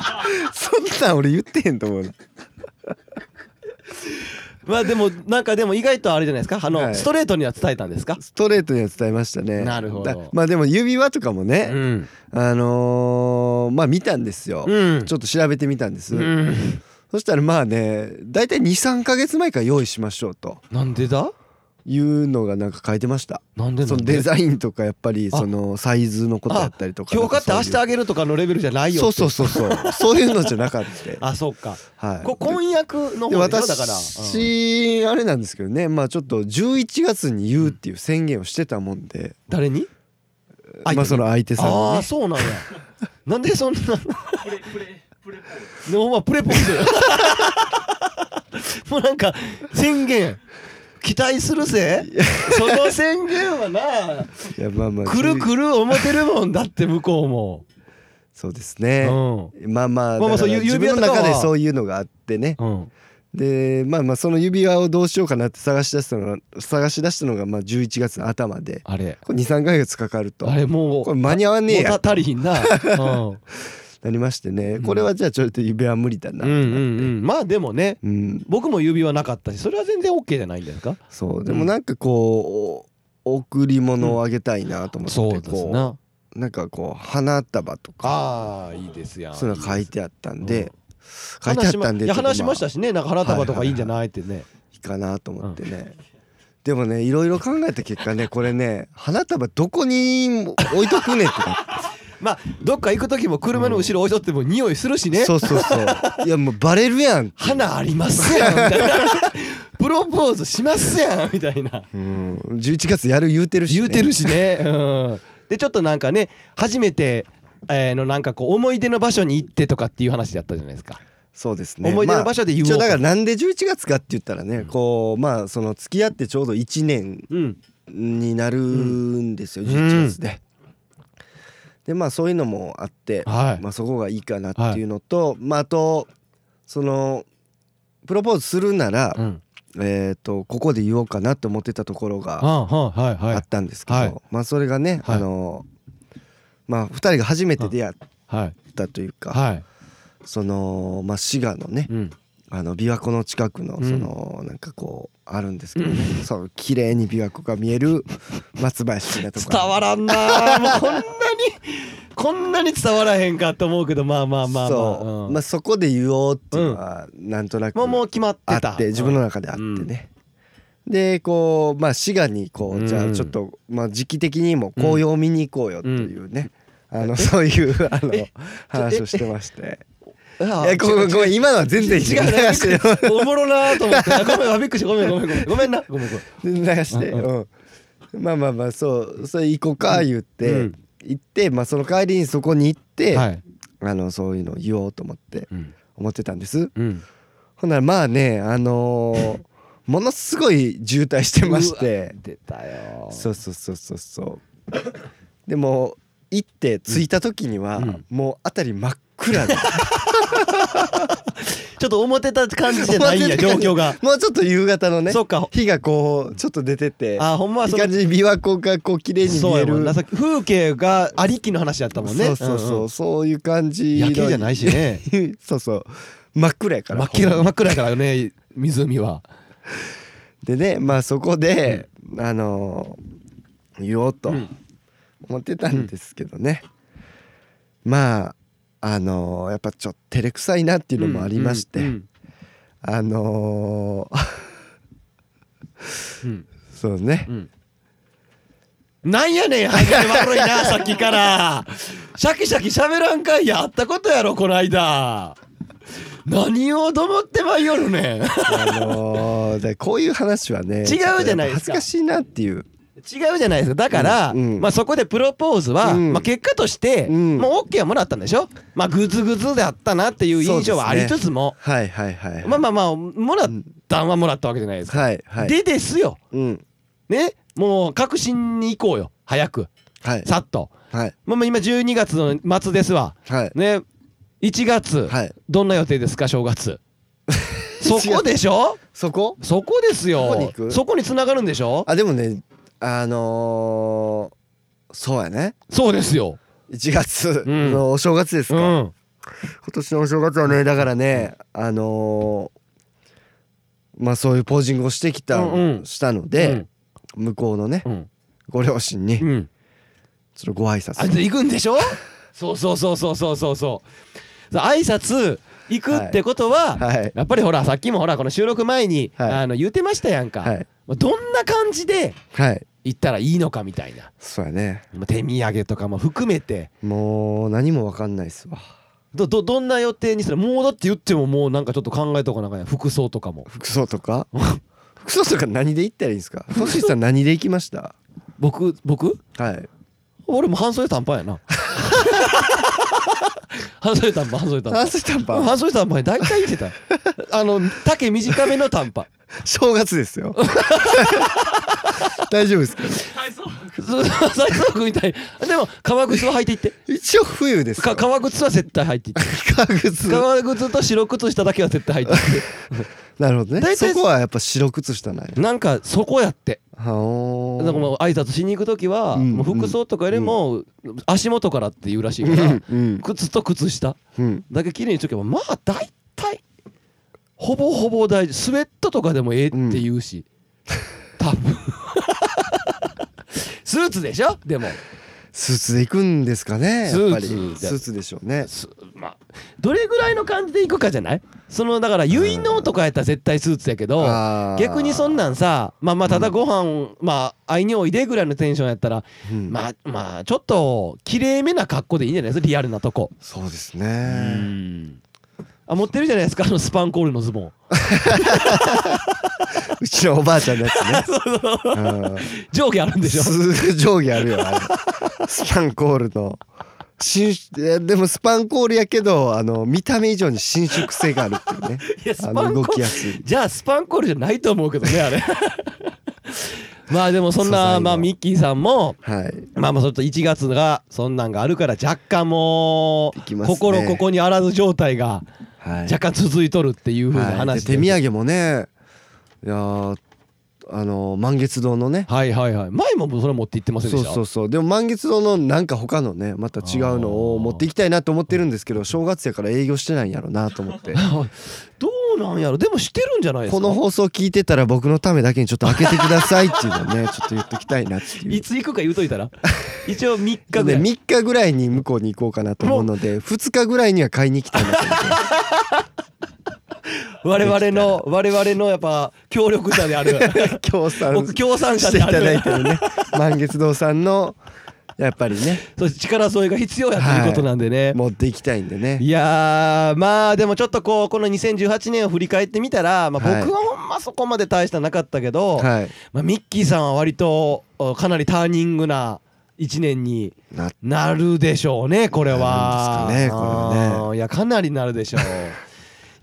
Speaker 1: そんなん俺言ってへんと思うな
Speaker 2: まあでもなんかでも意外とあれじゃないですかあの、
Speaker 1: はい
Speaker 2: ストレートには伝えたんですか、
Speaker 1: ストレートには伝えましたね
Speaker 2: なるほど
Speaker 1: だまあでも指輪とかも
Speaker 2: う
Speaker 1: ね、
Speaker 2: ん
Speaker 1: あのーまあ見たんですよ、
Speaker 2: うん
Speaker 1: ちょっと調べてみたんです、
Speaker 2: うん、
Speaker 1: そしたらまあね大体23ヶ月前から用意しましょうと
Speaker 2: なんでだ
Speaker 1: いうのがなんか書いてました
Speaker 2: なんでな
Speaker 1: そ
Speaker 2: ん
Speaker 1: の
Speaker 2: で
Speaker 1: デザインとかやっぱり
Speaker 2: あ
Speaker 1: そのサイズのことやったりとか
Speaker 2: 今日買って明日
Speaker 1: あ
Speaker 2: あげるとかのレベルじゃないよ
Speaker 1: そうそうそうそ うそういうのじゃなかった
Speaker 2: あそうか
Speaker 1: はい
Speaker 2: こ婚約の
Speaker 1: で
Speaker 2: 方でしょだから、うん
Speaker 1: 私あれなんですけどねまあちょっと11月に言うっていう宣言をしてたもんで
Speaker 2: 誰に
Speaker 1: まあその相手さんに
Speaker 2: ああ
Speaker 1: ね
Speaker 2: ーそうなんや なんでそんなプレプレプレでもまあプレポー ズもうなんか宣言期待するぜその宣言はな
Speaker 1: いやまあまあ
Speaker 2: くるくる思ってるもんだって向こうも
Speaker 1: そうです
Speaker 2: う
Speaker 1: ね
Speaker 2: ん
Speaker 1: まあまあ
Speaker 2: まあまあ
Speaker 1: だ
Speaker 2: そ
Speaker 1: から
Speaker 2: う指
Speaker 1: 自
Speaker 2: 輪
Speaker 1: 分
Speaker 2: と
Speaker 1: の
Speaker 2: かは
Speaker 1: 中でそういうのがあってね
Speaker 2: うん
Speaker 1: でまあまあその指輪をどうしようかなって探し出したのが探し出したのがまあ11月の頭で
Speaker 2: あれ
Speaker 1: これ23ヶ月かかると
Speaker 2: あれもう
Speaker 1: これ間に合わねえや
Speaker 2: もうた足りひん な、うん、
Speaker 1: なりましてね
Speaker 2: ん
Speaker 1: これはじゃあちょっと指輪は無理だな
Speaker 2: うんうんうんまあでもね
Speaker 1: うん
Speaker 2: 僕も指輪なかったしそれは全然 OK じゃないんですか
Speaker 1: そうでもなんかこうお贈り物をあげたいなと思
Speaker 2: そう
Speaker 1: っ
Speaker 2: で
Speaker 1: て
Speaker 2: す
Speaker 1: こ
Speaker 2: な
Speaker 1: うなんかこう花束とか
Speaker 2: ああいいですやん
Speaker 1: そういうの書いてあったんで書いてあ
Speaker 2: 話
Speaker 1: っ
Speaker 2: しま
Speaker 1: たんで
Speaker 2: いや話しましたたしねなんか花束とかいいんじゃないってね
Speaker 1: いいかなと思ってねでもねいろいろ考えた結 果ねこれね花束どこに置いとくねんってなって
Speaker 2: まあどっか行く時も車の後ろ置いとっても匂いするしね
Speaker 1: そうそうそういやもうバレるやん
Speaker 2: 花ありますやんみたいな プロポーズしますやんみたいな
Speaker 1: うん11月やる言うてるしね
Speaker 2: 言うてるしねうんでちょっとなんかね初めてえーのなんかこう思い出の場所に行ってとかっていう話だったじゃないですか
Speaker 1: そうですね
Speaker 2: 思い出の場所で言おう
Speaker 1: まあ一応だからなんで11月かって言ったらね、こうまあその付き合ってちょうど1年
Speaker 2: うん
Speaker 1: になるんですよ、
Speaker 2: うん
Speaker 1: 11月で。でまあそういうのもあって、
Speaker 2: はい
Speaker 1: まあ、そこがいいかなっていうのと、まああとそのプロポーズするなら、
Speaker 2: うん
Speaker 1: えー、とここで言おうかなって思ってたところが
Speaker 2: あはいはいは
Speaker 1: あ
Speaker 2: い
Speaker 1: ったんですけど、
Speaker 2: はい
Speaker 1: まあそれがね、
Speaker 2: はい
Speaker 1: あのまあ2人が初めて出会っ
Speaker 2: はい
Speaker 1: たというか、
Speaker 2: はい
Speaker 1: そのまあ滋賀のね、
Speaker 2: うん
Speaker 1: あの琵琶湖の近くの
Speaker 2: うん
Speaker 1: そのなんかこうあるんですけどね、そう綺麗に琵琶湖が見える松林だとか
Speaker 2: 伝わらん なあもうこんなにこんなに伝わらへんかと思うけどまあまあまあまあ
Speaker 1: そう、
Speaker 2: うん
Speaker 1: まあそこで言おうっていうのはなんとなく
Speaker 2: もうもう決まってた
Speaker 1: あって自分の中であってね、でこうまあ滋賀にこ
Speaker 2: うん
Speaker 1: うじゃあちょっとまあ時期的にも紅葉を見に行こうよというね、あのそういうあの話をしてまして
Speaker 2: うんあ
Speaker 1: いやごめんごめん今のは全然違
Speaker 2: 違う
Speaker 1: う流して
Speaker 2: おもろなーと思ってあごめんあびっくりしたごめんごめんごめんごめんなごめんごめん
Speaker 1: 流して、
Speaker 2: う
Speaker 1: うんまあまあまあそうそれ行こうか言って、
Speaker 2: うん
Speaker 1: 行って、まあ、その帰りにそこに行って、
Speaker 2: い
Speaker 1: あのそういうのを言おうと思って
Speaker 2: うん
Speaker 1: 思ってたんです
Speaker 2: うん
Speaker 1: ほんならまあねあの ーものすごい渋滞してまして
Speaker 2: 出たよ
Speaker 1: そううそうそうそうそうでも行って着いた時には、
Speaker 2: うん
Speaker 1: もう辺り真っ暗で
Speaker 2: ちょっと思ってた感じじゃない んや状況が
Speaker 1: もうちょっと夕方のね
Speaker 2: そうか
Speaker 1: 火がこうちょっと出てて
Speaker 2: あほんまはい
Speaker 1: い
Speaker 2: その
Speaker 1: 感じに琵琶湖がこう綺麗に見
Speaker 2: そう
Speaker 1: え
Speaker 2: やもん
Speaker 1: る
Speaker 2: なさっき風景がありきの話やったもんね
Speaker 1: そうそうそう、
Speaker 2: んん
Speaker 1: そういう感じの
Speaker 2: 夜景じゃないしね
Speaker 1: そうそう真っ暗やから
Speaker 2: 真っ暗真っ暗やからね湖は
Speaker 1: でねまあそこで、あのー言おうと
Speaker 2: うん
Speaker 1: 思ってたんですけどね、まああのーやっぱちょっと照れくさいなっていうのもありまして、
Speaker 2: うんうん
Speaker 1: あの ー
Speaker 2: うん
Speaker 1: そうね、
Speaker 2: うんなんやねん歯切れ悪いなさっき からシャキシャキ喋らんかいやあったことやろこの間何をどもってまいよるねん
Speaker 1: あのーでこういう話はね
Speaker 2: 違うじゃないですか
Speaker 1: 恥ずかしいなっていう
Speaker 2: 違うじゃないですかだから、
Speaker 1: うんうん
Speaker 2: まあ、そこでプロポーズは、
Speaker 1: うん
Speaker 2: まあ、結果として、
Speaker 1: うん
Speaker 2: もう OK はもらったんでしょまあグズグズであったなっていう印象はありつつも、
Speaker 1: はいはいはいはい
Speaker 2: まあまあまあもらったんはもらったわけじゃないですか、
Speaker 1: はいはい
Speaker 2: でですよ
Speaker 1: うん
Speaker 2: ねもう確信に行こうよ早く
Speaker 1: はい
Speaker 2: さっと、
Speaker 1: はい
Speaker 2: まあ、まあ今12月の末ですわ
Speaker 1: はい
Speaker 2: ね1月、
Speaker 1: はい
Speaker 2: どんな予定ですか 正月そこでしょ
Speaker 1: そこ
Speaker 2: そこですよ
Speaker 1: そこに行く
Speaker 2: そこに繋がるんでしょ
Speaker 1: あでもねあのー、そうやね
Speaker 2: そうですよ
Speaker 1: 1月
Speaker 2: うん
Speaker 1: のお正月です
Speaker 2: う
Speaker 1: か、今
Speaker 2: ん
Speaker 1: 年のお正月はねだからねあのー、まあそういうポージングをしてきた、
Speaker 2: うんうん
Speaker 1: したので、
Speaker 2: うん
Speaker 1: 向こうのね
Speaker 2: うん
Speaker 1: ご両親に
Speaker 2: うん
Speaker 1: ちょっとご挨拶
Speaker 2: あで行くんでし ょそうそうそうそうそうそうそう挨拶行くってことは、
Speaker 1: はい
Speaker 2: やっぱりほらさっきもほらこの収録前に、
Speaker 1: はい
Speaker 2: あの言ってましたやんか、
Speaker 1: はい
Speaker 2: まあどんな感じで
Speaker 1: はい
Speaker 2: 行ったらいいのかみたいな
Speaker 1: そうやね
Speaker 2: まあ手土産とかも含めて
Speaker 1: もう何も分かんないっすわ
Speaker 2: どどどんな予定にするもうだって言ってももうなんかちょっと考えとかなあかんやん服装とかも
Speaker 1: 服装と か服装とか何で行ったらいいんですかトシさん何で行きました
Speaker 2: 僕僕
Speaker 1: はい
Speaker 2: 俺も半袖短パン やな半袖短パン半袖短パ
Speaker 1: 半
Speaker 2: ン
Speaker 1: 袖短パン
Speaker 2: 半袖短パン大体言ってたあの丈短めの短パン
Speaker 1: 正月です よ大丈夫ですか
Speaker 2: そう最速みたいにでも革靴は履いていって
Speaker 1: 一応冬です
Speaker 2: か
Speaker 1: よ
Speaker 2: 革靴は絶対履いていって
Speaker 1: 革 靴
Speaker 2: 革靴と白靴下だけは絶対履いていっ
Speaker 1: なるほどね
Speaker 2: 大
Speaker 1: そ
Speaker 2: 体
Speaker 1: こはやっぱ白靴下ない
Speaker 2: てなんかそこやって
Speaker 1: はお
Speaker 2: なんかもう挨拶しに行く時は
Speaker 1: うん
Speaker 2: もう服装とかよりも足元からっていうらしいから
Speaker 1: うん
Speaker 2: 靴と靴下
Speaker 1: うん
Speaker 2: だけ綺麗にしとけばまあ大体ほぼほぼ大事スウェットとかでもええって言うし、多分スーツでしょでも
Speaker 1: スーツで行くんですかねやっぱり
Speaker 2: スーツで
Speaker 1: スーツでしょうね
Speaker 2: すまあどれぐらいの感じでいくかじゃないそのだから結納とかやったら絶対スーツやけど
Speaker 1: あー
Speaker 2: 逆にそんなんさまあまあただご飯、まあ会いにおいでぐらいのテンションやったら、
Speaker 1: うん
Speaker 2: まあまあちょっときれいめな格好でいいんじゃないですかリアルなとこ、
Speaker 1: そうですね
Speaker 2: あ持ってるじゃないですかあのスパンコールのズボン
Speaker 1: うちのおばあちゃんのや つね
Speaker 2: 上下あるん
Speaker 1: う
Speaker 2: で
Speaker 1: ん
Speaker 2: しょ
Speaker 1: すぐ上下あるよあれスパンコールの伸縮いやでもスパンコールやけどあの見た目以上に伸縮性があるっていうね
Speaker 2: いやスパ
Speaker 1: あ
Speaker 2: ンコー
Speaker 1: の
Speaker 2: ル
Speaker 1: 動きやすい
Speaker 2: じゃあスパンコールじゃないと思うけどねあれ まあでもそん
Speaker 1: 素材
Speaker 2: な、
Speaker 1: の
Speaker 2: まあ、ミッキーさんも
Speaker 1: はい
Speaker 2: まあまあそれと1月がそんなんがあるから若干も
Speaker 1: でき
Speaker 2: う
Speaker 1: ますね
Speaker 2: 心ここにあらず状態が
Speaker 1: はい
Speaker 2: 若干続いとるっていう風な
Speaker 1: はい、で
Speaker 2: 話
Speaker 1: 手
Speaker 2: で
Speaker 1: 土産もねいやーあの満月堂のね
Speaker 2: はいはいはい前もそれ持って行ってませんで
Speaker 1: そう
Speaker 2: した
Speaker 1: そうそうでも満月堂のなんか他のねまた違うのを持っていきたいなと思ってるんですけど正月やから営業してないんやろなと 思って
Speaker 2: どうなんやろでもしてるんじゃないですか
Speaker 1: この放送聞いてたら僕のためだけにちょっと開けてくださいっていうのを ねちょっと言っときたいなっていう
Speaker 2: いつ行くか言うとい たら一応3日ぐ
Speaker 1: で
Speaker 2: らい
Speaker 1: 3日ぐらいに向こうに行こうかなと思うので2日ぐらいには買いに来たいなと思ってます
Speaker 2: 我々の我々のやっぱ協力者であ る
Speaker 1: 協賛
Speaker 2: 僕協賛者
Speaker 1: してい
Speaker 2: であ
Speaker 1: ただい
Speaker 2: る
Speaker 1: てる ね満月堂さんのやっぱりね
Speaker 2: そう力添えが必要やということなんで ね、
Speaker 1: 持っていきたいんでね
Speaker 2: いやーまあでもちょっとこうこの2018年を振り返ってみたら、ま
Speaker 1: は
Speaker 2: あ、
Speaker 1: い
Speaker 2: 僕はほんまそこまで大したなかったけど、
Speaker 1: はい
Speaker 2: まあ、ミッキーさんは割とおかなりターニングな1年に
Speaker 1: な
Speaker 2: なるでしょうねこれは。
Speaker 1: なるんですかねこれはね
Speaker 2: あーいやかなりなるでし ょう。い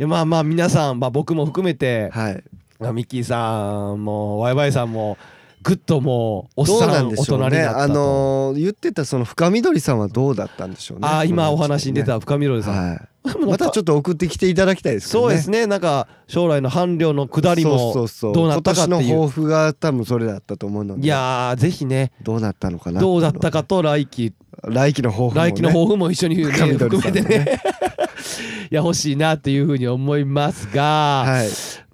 Speaker 2: やまあまあ皆さん、まあ、僕も含めて、
Speaker 1: はい
Speaker 2: まあミッキーさんもワイワイさんもぐっともうおっ
Speaker 1: どう
Speaker 2: さ
Speaker 1: なん
Speaker 2: ん大
Speaker 1: でしょ
Speaker 2: 人
Speaker 1: う
Speaker 2: に
Speaker 1: ね
Speaker 2: なったと。
Speaker 1: あのー言ってたその深緑さんはどうだったんでしょうね
Speaker 2: あー今お話に出た深緑さん、
Speaker 1: はい、またちょっと送ってきていただきたいですけどね
Speaker 2: そうですねなんか将来の伴侶の下りも
Speaker 1: そうそうそう
Speaker 2: どうなったかって
Speaker 1: 今年の
Speaker 2: いう
Speaker 1: 抱負が多分それだったと思うので
Speaker 2: いやーぜひね
Speaker 1: どうなったのかな
Speaker 2: どうだったかと来期
Speaker 1: 来期の抱負も、ね、
Speaker 2: 来期の抱負も一緒にね
Speaker 1: 深
Speaker 2: 含
Speaker 1: 緑さ
Speaker 2: め
Speaker 1: んね
Speaker 2: てね いや欲しいなっていうふうに思いますが
Speaker 1: はい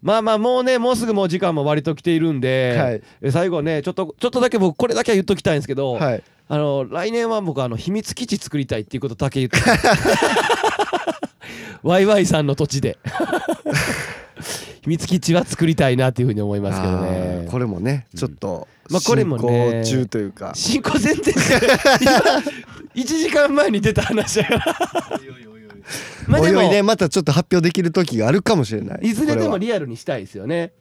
Speaker 2: まあまあもうねもうすぐもう時間も割と来ているん
Speaker 1: はい
Speaker 2: でえ最後ねちょっとちょっとだけ僕これだけは言っときたいんですけど
Speaker 1: はい
Speaker 2: あの来年は僕あの秘密基地作りたいっていうことだけ言って ワイワイさんの土地で秘密基地は作りたいなっていうふうに思いますけど
Speaker 1: あー
Speaker 2: ね
Speaker 1: これもねちょっと
Speaker 2: まあこれもね
Speaker 1: 進行中というか、
Speaker 2: 進行全然1時間前に出た話やからまあで
Speaker 1: おいおいね
Speaker 2: も
Speaker 1: またちょっと発表できる時があるかもしれない
Speaker 2: いずれでも
Speaker 1: こ
Speaker 2: リアルにしたいですよね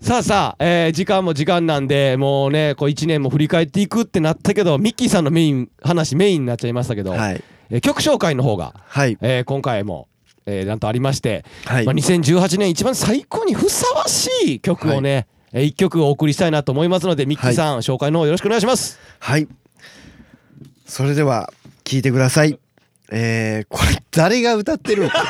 Speaker 2: さあさあ、えー時間も時間なんでもうねこう1年も振り返っていくってなったけどミッキーさんのメイン話メインになっちゃいましたけど、
Speaker 1: れははい
Speaker 2: えー曲紹介の方が
Speaker 1: はい
Speaker 2: えー今回も、えーなんとありまして、
Speaker 1: はい
Speaker 2: まあ、2018年一番最高にふさわしい曲をね、え1曲お送りしたいなと思いますのでミッキーさん、紹介の方よろしくお願いします
Speaker 1: はいそれでは聞いてくださいえー、これ誰が歌って るのか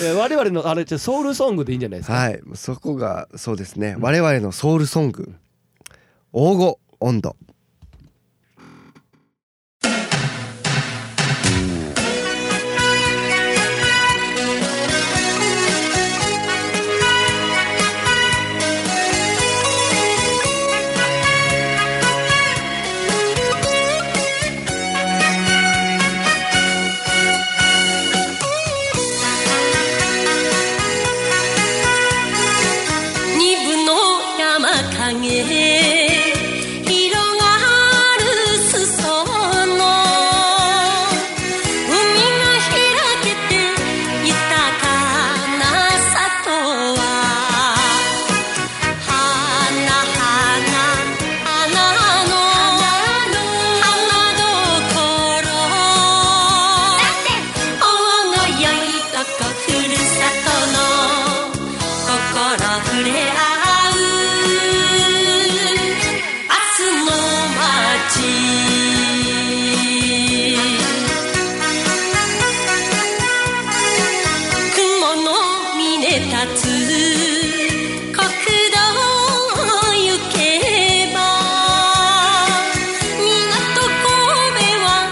Speaker 2: えー我々のあれじゃソウルソングでいいんじゃないですか、
Speaker 1: はいそこがそうですね我々のソウルソング「黄金温度
Speaker 3: 二分の山影広がる裾野海が開けて豊かな里は花花花の花どころ「おのよいとこふるさとの心ふれあう」「明日の街」「雲の峰立つ」「国道を行けば」「港神戸は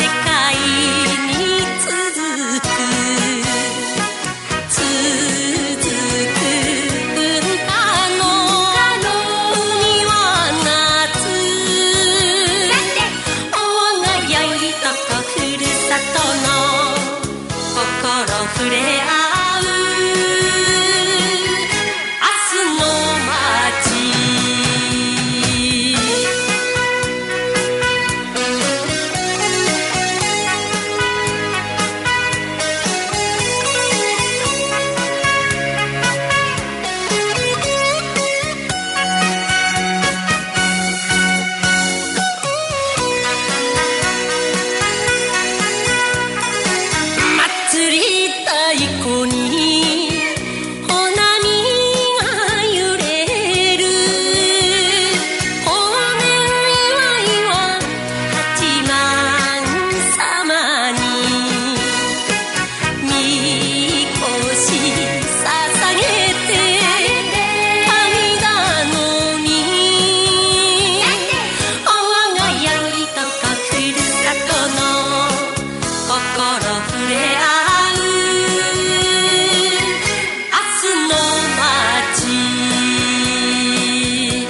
Speaker 3: 世界に続く」「続く文化の海は夏」「おなやいとこふるさとの」心触れ合う明日の街祭り太鼓に穂波が揺れる法然祝いは八幡様にみこし捧げて涙のみ我が家いとこふるさとの心触れ合う明日の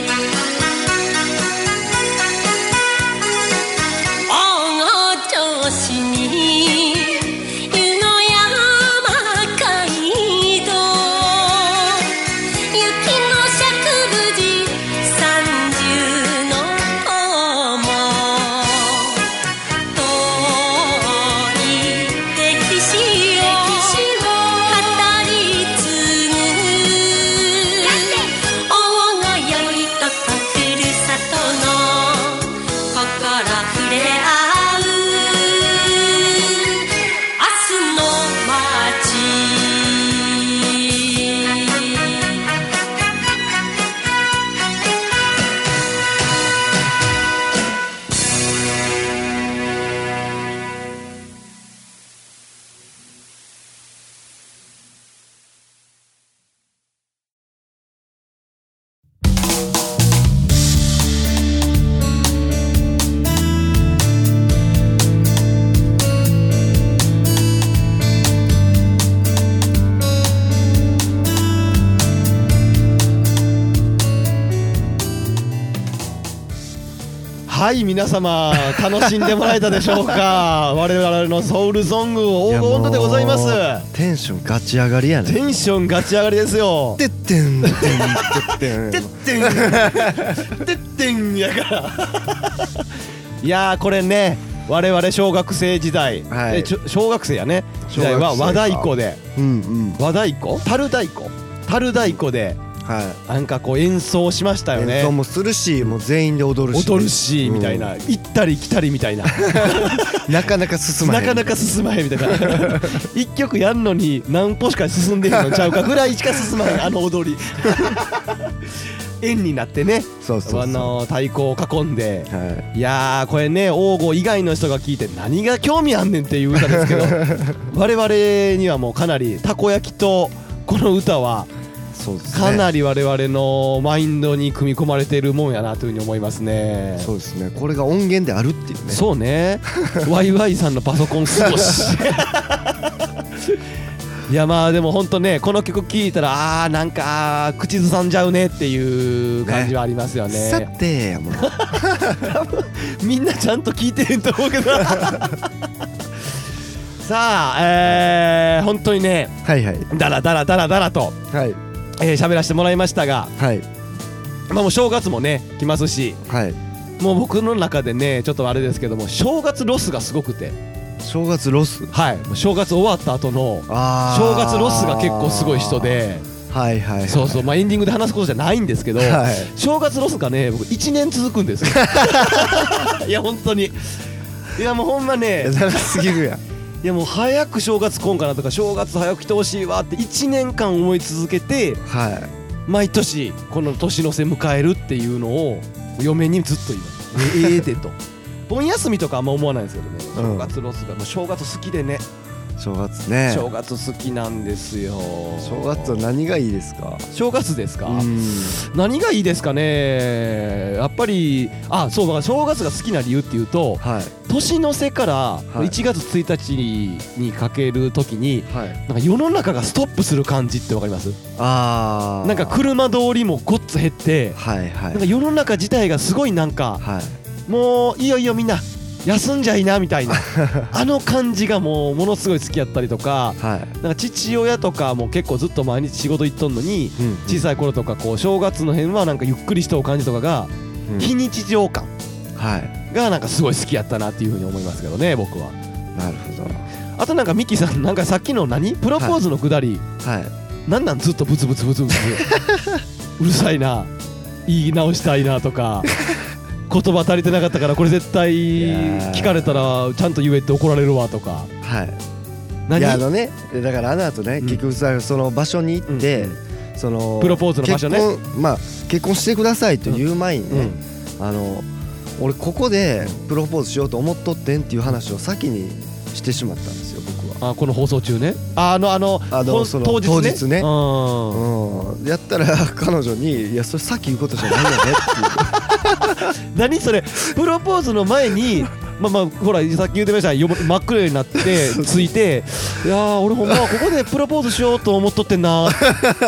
Speaker 3: 街大御調子に湯の山街道雪のしゃくぶじ三重の友遠い歴史を語り継ぐ大が良いとこふるさとの心触れ合う明日の街
Speaker 2: はい皆様楽しんでもらえたでしょう か我々のソウルソングを黄金温度でございます
Speaker 1: やもうテンションガチ上がりやね
Speaker 2: テンションガチ上がりですよ
Speaker 1: てってんてんてってん
Speaker 2: てんてってんやから いやーこれね我々小学生時代、
Speaker 1: はい
Speaker 2: えちょ小学生やね時代は
Speaker 1: 小学
Speaker 2: 和
Speaker 1: 生か
Speaker 2: 太鼓で
Speaker 1: うんうん
Speaker 2: 和太鼓樽太鼓樽太鼓で
Speaker 1: は
Speaker 2: なんかこう演奏しました
Speaker 1: い
Speaker 2: よね
Speaker 1: 演奏もするしもう全員で踊るし
Speaker 2: 踊るしみたいな、
Speaker 1: うん
Speaker 2: 行ったり来たりみたいな
Speaker 1: なかなか進まへ
Speaker 2: なんかなか進まへんみたいな一曲やんのに何歩しか進んでへんのちゃうかぐらいしか進まへんあの踊り円になってね
Speaker 1: そうそうそう
Speaker 2: あの太鼓を囲んで
Speaker 1: はい
Speaker 2: やーこれね王吾以外の人が聞いて何が興味あんねんっていう歌ですけど我々にはもうかなりたこ焼きとこの歌はい
Speaker 1: そうですね
Speaker 2: かなり我々のマインドに組み込まれているもんやなというふうに思いますね。
Speaker 1: そうですね
Speaker 4: これが音源であるっていうね
Speaker 2: そうねワイワイさんのパソコンすご しいやまあでも本当ねこの曲聴いたらあーなんかあー口ずさんじゃうねっていう感じはありますよね
Speaker 4: さてやもう
Speaker 2: みんなちゃんと聞いてると思うけど さあえー、本当にね
Speaker 1: はいはい
Speaker 2: だらだらだらだらと
Speaker 1: はい
Speaker 2: えー喋、らせてもらいましたが、
Speaker 1: はい
Speaker 2: まあ、もう正月もね来ますし
Speaker 1: はい
Speaker 2: もう僕の中でねちょっとあれですけども正月ロスがすごくて
Speaker 1: 正月ロス
Speaker 2: はいもう正月終わった後の
Speaker 1: あ
Speaker 2: 正月ロスが結構すごい人で
Speaker 1: はいはい、はい、
Speaker 2: そうそうまあエンディングで話すことじゃないんですけど、
Speaker 1: はい
Speaker 2: 正月ロスがね僕1年続くんですよ いや本当にいやもうほんまね
Speaker 1: 長すぎるやん
Speaker 2: いやもう早く正月来んかなとか正月早く来てほしいわって1年間思い続けて
Speaker 1: はい
Speaker 2: 毎年この年の瀬迎えるっていうのを嫁にずっと言うええでと 盆休みとかあんま思わないんですけどね
Speaker 1: うん
Speaker 2: 正月ロスが、もう正月好きでね
Speaker 1: 正月ね
Speaker 2: 正月好きなんですよ
Speaker 1: 正月は何がいいですか
Speaker 2: 正月ですか、
Speaker 1: うん
Speaker 2: 何がいいですかねやっぱりあそうだから正月が好きな理由っていうと
Speaker 1: はい
Speaker 2: 年の瀬から
Speaker 1: い
Speaker 2: 1月1日にかけるときに
Speaker 1: はい
Speaker 2: なんか世の中がストップする感じってわかります
Speaker 1: ああ
Speaker 2: なんか車通りもごっつ減って
Speaker 1: はいはい
Speaker 2: なんか世の中自体がすごいなんか
Speaker 1: はい
Speaker 2: もういいよいいよみんな休んじゃいなみ たいなあの感じがもうものすごい好きやったりとか
Speaker 1: はい
Speaker 2: なんか父親とかも結構ずっと毎日仕事行っとんのに
Speaker 1: うん
Speaker 2: 小さい頃とかこう正月の辺はなんかゆっくりしたお感じとかが
Speaker 1: うん
Speaker 2: 非日常感
Speaker 1: はい
Speaker 2: がなんかすごい好きやったなっていうふうに思いますけどね僕は
Speaker 1: なるほど
Speaker 2: あとなんかミキさんなんかさっきの何プロポーズのくだり、
Speaker 1: はい
Speaker 2: なんなんずっとブツブツブツブツ うるさいな言い直したいなと か言葉足りてなかったからこれ絶対
Speaker 1: いやー
Speaker 2: 聞かれたらちゃんと言えって怒られるわとか
Speaker 1: はい
Speaker 2: 何
Speaker 1: いやあのねだからあの後ね、
Speaker 2: うん
Speaker 1: 結局さその場所に行って、
Speaker 2: うん
Speaker 1: その
Speaker 2: プロポーズの場所ね
Speaker 1: 結婚まあ結婚してくださいと言う前に
Speaker 2: うん
Speaker 1: ね、あの俺ここでプロポーズしようと思っとってんっていう話を先にしてしまったんですよ僕は。
Speaker 2: あこの放送中ねああのあの
Speaker 1: あの
Speaker 2: ほん
Speaker 1: その
Speaker 2: 当日ね
Speaker 1: 当日ね
Speaker 2: うん
Speaker 1: うん、やったら彼女に「いやそれさっき言うことじゃないよね」っ
Speaker 2: 何それプロポーズの前 にまあまあほらさっき言ってましたよ真っ暗に なってついて「いやー俺ほんまはここでプロポーズしようと思っとってんな」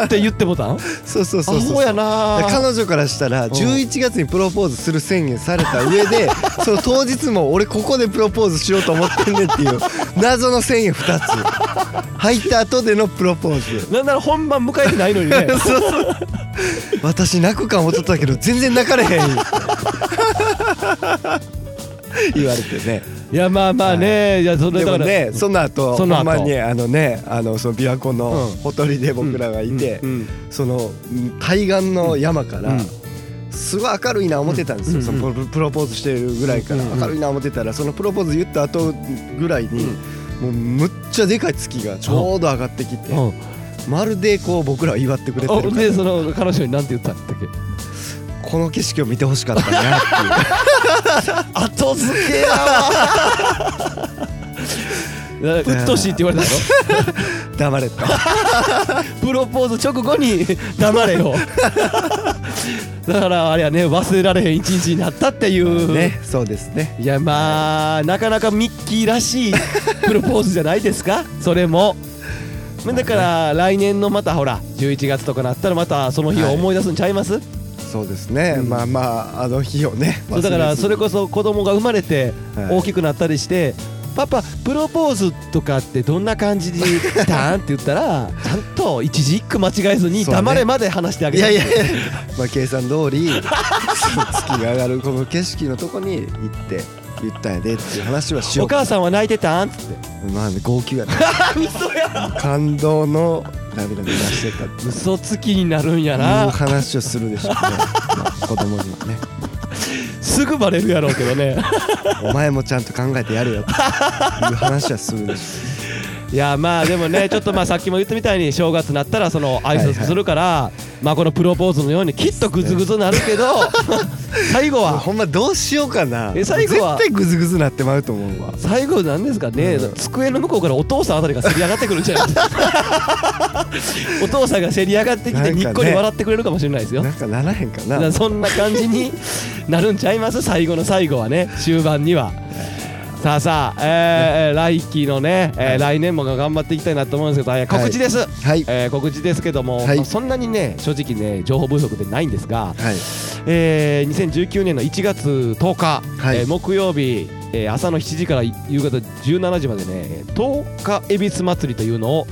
Speaker 2: って言ってもたん
Speaker 1: ていうそうそう
Speaker 2: ア
Speaker 1: そうそう
Speaker 2: ホやなー
Speaker 1: 彼女からしたら
Speaker 2: ん
Speaker 1: 11月にプロポーズする宣言された上 でその当日も俺ここでプロポーズしようと思ってんねんっていう謎の宣言2つ入った後でのプロポーズ
Speaker 2: なんなら本番迎えてないのに ね
Speaker 1: 私泣く感をとったけど全然泣か れへん言われてね
Speaker 2: いやまあまあねいやそれ
Speaker 1: で
Speaker 2: だ
Speaker 1: も
Speaker 2: から
Speaker 1: ねその後
Speaker 2: その後
Speaker 1: ほんまにあのねあのその琵琶湖の
Speaker 2: うん
Speaker 1: ほとりで僕らがいて
Speaker 2: うんうん
Speaker 1: そのうん対岸の山か
Speaker 2: うん
Speaker 1: らすごい明るいな思ってたんです
Speaker 2: う
Speaker 1: よ
Speaker 2: ん
Speaker 1: そのプロプロポーズしてるぐらいから
Speaker 2: うん
Speaker 1: 明るいな思ってたらそのプロポーズ言った後ぐらいにもうむっちゃでかい月がちょうど上がってきて
Speaker 2: うん
Speaker 1: まるでこう僕らを祝ってくれて
Speaker 2: お
Speaker 1: るか
Speaker 2: でその彼女に何て言ったんだっけ
Speaker 1: らこの景色を見てほしかったなっていう。
Speaker 2: 後付けやわうっ とうしいって言われたの
Speaker 1: 黙れと
Speaker 2: プロポーズ直後に 黙 れよだからあれはね忘れられへん一日になったっていう
Speaker 1: ねそうですね
Speaker 2: いやまあなかなかミッキーらしい プロポーズじゃないですかそれもまあだから来年のまたほら11月とかなったらまたその日を思い出すんちゃいます、
Speaker 1: そうですね
Speaker 2: うん
Speaker 1: まあまああの日をね
Speaker 2: そうだからそれ
Speaker 1: 忘
Speaker 2: こそ子供が生まれて
Speaker 1: はい
Speaker 2: 大きくなったりして、パパプロポーズとかってどんな感じで来たんって言ったらちゃんと一字一句間違えずに
Speaker 1: そうね
Speaker 2: 黙れまで話してあげ
Speaker 1: い
Speaker 2: て
Speaker 1: やいやいや、まあ、計算通り月が上がるこの景色のとこに行って言ったんやでっていう話はしよ
Speaker 2: お
Speaker 1: うか
Speaker 2: 母さんは泣いてたんっつって
Speaker 1: まあ号泣やね
Speaker 2: 嘘や
Speaker 1: 感動の涙流してたっていう
Speaker 2: 嘘つきになるんやな
Speaker 1: 話をするでしょうね、まあ、子供にはね
Speaker 2: すぐバレるやろうけど ね
Speaker 1: お前もちゃんと考えてやれよっていう話はするでし
Speaker 2: いやまあでもねちょっとまあさっきも言ったみたいに正月になったらその挨
Speaker 1: はい
Speaker 2: 拶するから、
Speaker 1: い
Speaker 2: まあこのプロポーズのようにきっとグズグズなるけど 最後は
Speaker 1: ほんまどうしようかな
Speaker 2: え最後は
Speaker 1: 絶対グズグズなってまうと思うわ
Speaker 2: 最後なんですかね、
Speaker 1: うん
Speaker 2: 机の向こうからお父さんあたりがせり上がってくるんじ ゃないですかお父さんがせり上がってき
Speaker 1: なんか
Speaker 2: て
Speaker 1: ね
Speaker 2: にっこり笑ってくれるかもしれないですよ、
Speaker 1: なんかならへんか
Speaker 2: だか
Speaker 1: な
Speaker 2: ら そんな感じになるんちゃいます最後の最後はね終盤には。さあさあ、えー、来期のね、えー来年も頑張っていきたいなと思うんですけど、えー告知です、
Speaker 1: はい
Speaker 2: えー告知ですけども、
Speaker 1: はい
Speaker 2: まあそんなにね正直ね情報不足でないんですが、
Speaker 1: はい
Speaker 2: えー、2019年の1月10日、
Speaker 1: はい
Speaker 2: えー木曜日、えー朝の7時から夕方17時までね10日恵比寿祭りというのを、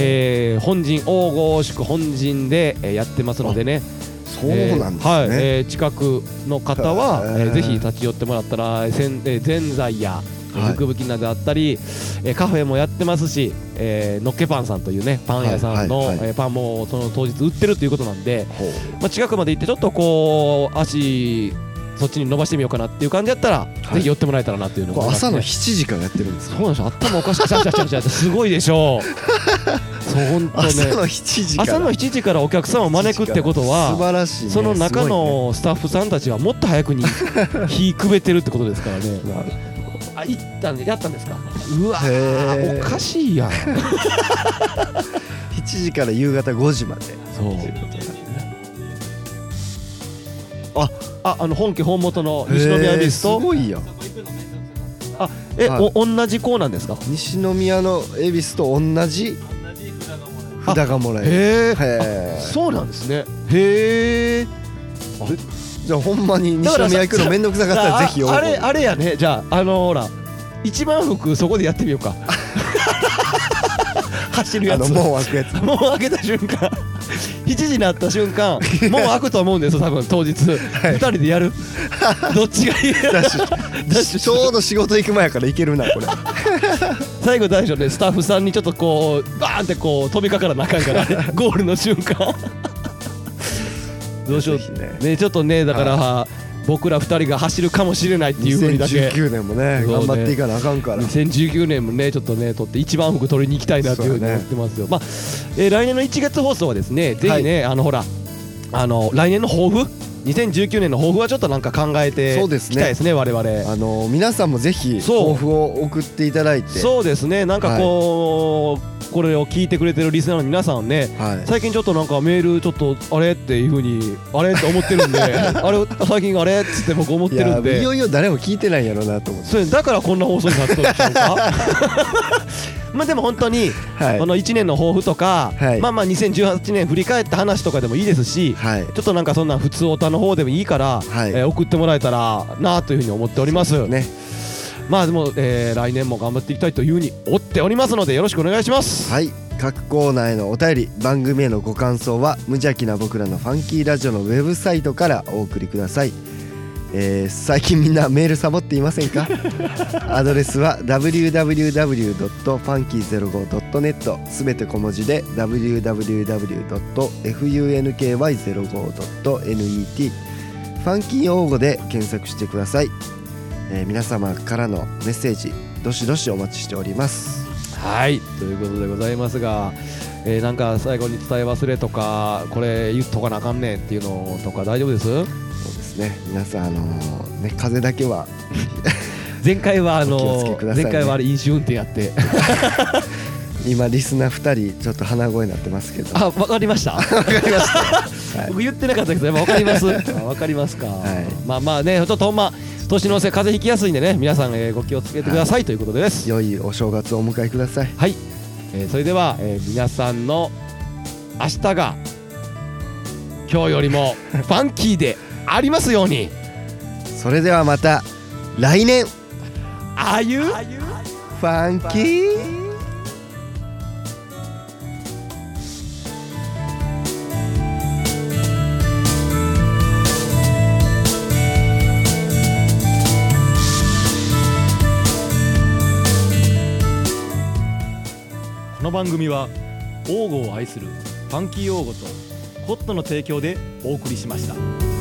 Speaker 2: えー本陣大河宿本陣で、えーやってますのでね
Speaker 1: そう
Speaker 2: えー
Speaker 1: なんです
Speaker 2: はい
Speaker 1: ね
Speaker 2: えー近くの方 は、
Speaker 1: へー
Speaker 2: えーぜひ立ち寄ってもらったらぜん、えー、ぜんざいやえー
Speaker 1: はい
Speaker 2: 福吹などあったり、えーカフェもやってますし、えーのっけパンさんというねパン屋さんの、
Speaker 1: はいはいはい
Speaker 2: えーパンもその当日売ってるということなんで、
Speaker 1: ほう
Speaker 2: まあ、近くまで行ってちょっとこう足そっちに伸ばしてみようかなっていう感じだったら、
Speaker 1: い
Speaker 2: ぜひ寄ってもらえたらなっていうの
Speaker 1: こ
Speaker 2: が
Speaker 1: れ朝の7時からやってるんです
Speaker 2: そう
Speaker 1: か
Speaker 2: なんですよ頭おかしくちゃうちゃうちゃうちゃうすごいでしょうそう本当ね
Speaker 1: 朝の7時から
Speaker 2: 朝の7時からお客さんを招くってことは
Speaker 1: 素晴らしいね
Speaker 2: その中
Speaker 1: すご
Speaker 2: のスタッフさんたちはもっと 早くに日くべてるってことですからね
Speaker 1: い。ねま
Speaker 2: あ、行ったんでやったんですか。うわ
Speaker 1: へー
Speaker 2: ー、おかしいやん。
Speaker 1: あ7時から夕方5時まで
Speaker 2: そう。あ、あ、あの本家本元の西宮です
Speaker 1: へーす
Speaker 2: と、
Speaker 1: ごいやん
Speaker 2: え、
Speaker 1: はい
Speaker 2: お同じ校なんですか。
Speaker 1: 西宮の恵比寿と同じ札がもらえる
Speaker 2: へー
Speaker 1: へえ
Speaker 2: そうなんですね。へえ。
Speaker 1: じゃあほんまに西宮行くのめんどくさかったらぜひ応募
Speaker 2: ああれあれやね。じゃああのほら一番服そこでやってみよ うか。走るや
Speaker 1: あの
Speaker 2: つ。
Speaker 1: もう開く やつ
Speaker 2: もう開けた瞬間 7時になった瞬間もう開くと思うんですよ多分当日、2人で やるどっちがいい
Speaker 1: ダッシュ
Speaker 2: ダッシュ
Speaker 1: ちょうど仕事行く前やから行けるな これ
Speaker 2: 最後大将ねスタッフさんにちょっとこうバーンってこう飛びかからなあか んからゴールの瞬間どうしよ
Speaker 1: ぜひ
Speaker 2: う
Speaker 1: ね
Speaker 2: ねちょっとねだから、僕ら2人が走るかもしれないっていうふうにだけ
Speaker 1: 2019年もね
Speaker 2: そう
Speaker 1: 頑張
Speaker 2: ね
Speaker 1: っていかなあかんから
Speaker 2: 2019年もねちょっとね取って一番服取りに行きたいなというふうに
Speaker 1: そうだ
Speaker 2: 思
Speaker 1: ね
Speaker 2: ってますよ、まあ、えー来年の1月放送はですねぜひね、あのほらあの来年の抱負2019年の抱負はちょっとなんか考えて
Speaker 1: そう
Speaker 2: い
Speaker 1: ですね
Speaker 2: きたいですね我々
Speaker 1: あの皆さんもぜひ
Speaker 2: そう
Speaker 1: 抱負を送っていただいて
Speaker 2: そうですねなんかこう、これを聞いてくれてるリスナーの皆さんね
Speaker 1: はい
Speaker 2: 最近ちょっとなんかメールちょっとあれっていうふうにあれって思ってる んであれ最近あれっつって僕思っ
Speaker 1: い
Speaker 2: てる
Speaker 1: や
Speaker 2: んで
Speaker 1: いよいよ誰も聞いてないんやろうなと思って
Speaker 2: そうだからこんな放送になったんでしょうか まあでも本当に、
Speaker 1: はい
Speaker 2: この1年の抱負とか、
Speaker 1: はい
Speaker 2: まあまあ2018年振り返った話とかでもいいですし、
Speaker 1: はい
Speaker 2: ちょっとなんかそんな普通オタの方でもいいから、
Speaker 1: はい
Speaker 2: えー送ってもらえたらなというふうに思っております、
Speaker 1: ね
Speaker 2: まあでも、えー来年も頑張っていきたいというふうに思っておりますのでよろしくお願いします
Speaker 1: はい各コーナーへのお便り番組へのご感想は無邪気な僕らのファンキーラジオのウェブサイトからお送りください、えー最近みんなメールサボっていません かアドレスは www.funky05.net すべて小文字で www.funky05.net ファンキー用語で検索してください、えー皆様からのメッセージどしどしお待ちしております
Speaker 2: はいということでございますが、えーなんか最後に伝え忘れとかこれ言っとかなあかんねんっていうのとか大丈夫です
Speaker 1: そうですね皆さんあのね風邪だけは
Speaker 2: 前回はあ
Speaker 1: お気をつ
Speaker 2: の
Speaker 1: けください
Speaker 2: 前
Speaker 1: ね
Speaker 2: 回はあれ飲酒運転やって
Speaker 1: 今リスナー2人ちょっと鼻声になってますけど
Speaker 2: あわかりました
Speaker 1: わかりました、はい
Speaker 2: 僕言ってなかったけどやっぱわかりますあわかりますか、
Speaker 1: い
Speaker 2: まあまあねちょっとほんま年のせい風邪ひきやすいんでね皆さん、えーご気をつけてください、ということでです
Speaker 1: 良いお正月をお迎えください
Speaker 2: はい、えーそれでは、えー皆さんの明日が今日より もファンキーでありますように
Speaker 1: それではまた来年フ
Speaker 2: あゆ
Speaker 1: ァンキー
Speaker 2: この番組は王語を愛するファンキー王語とコットの提供でお送りしました。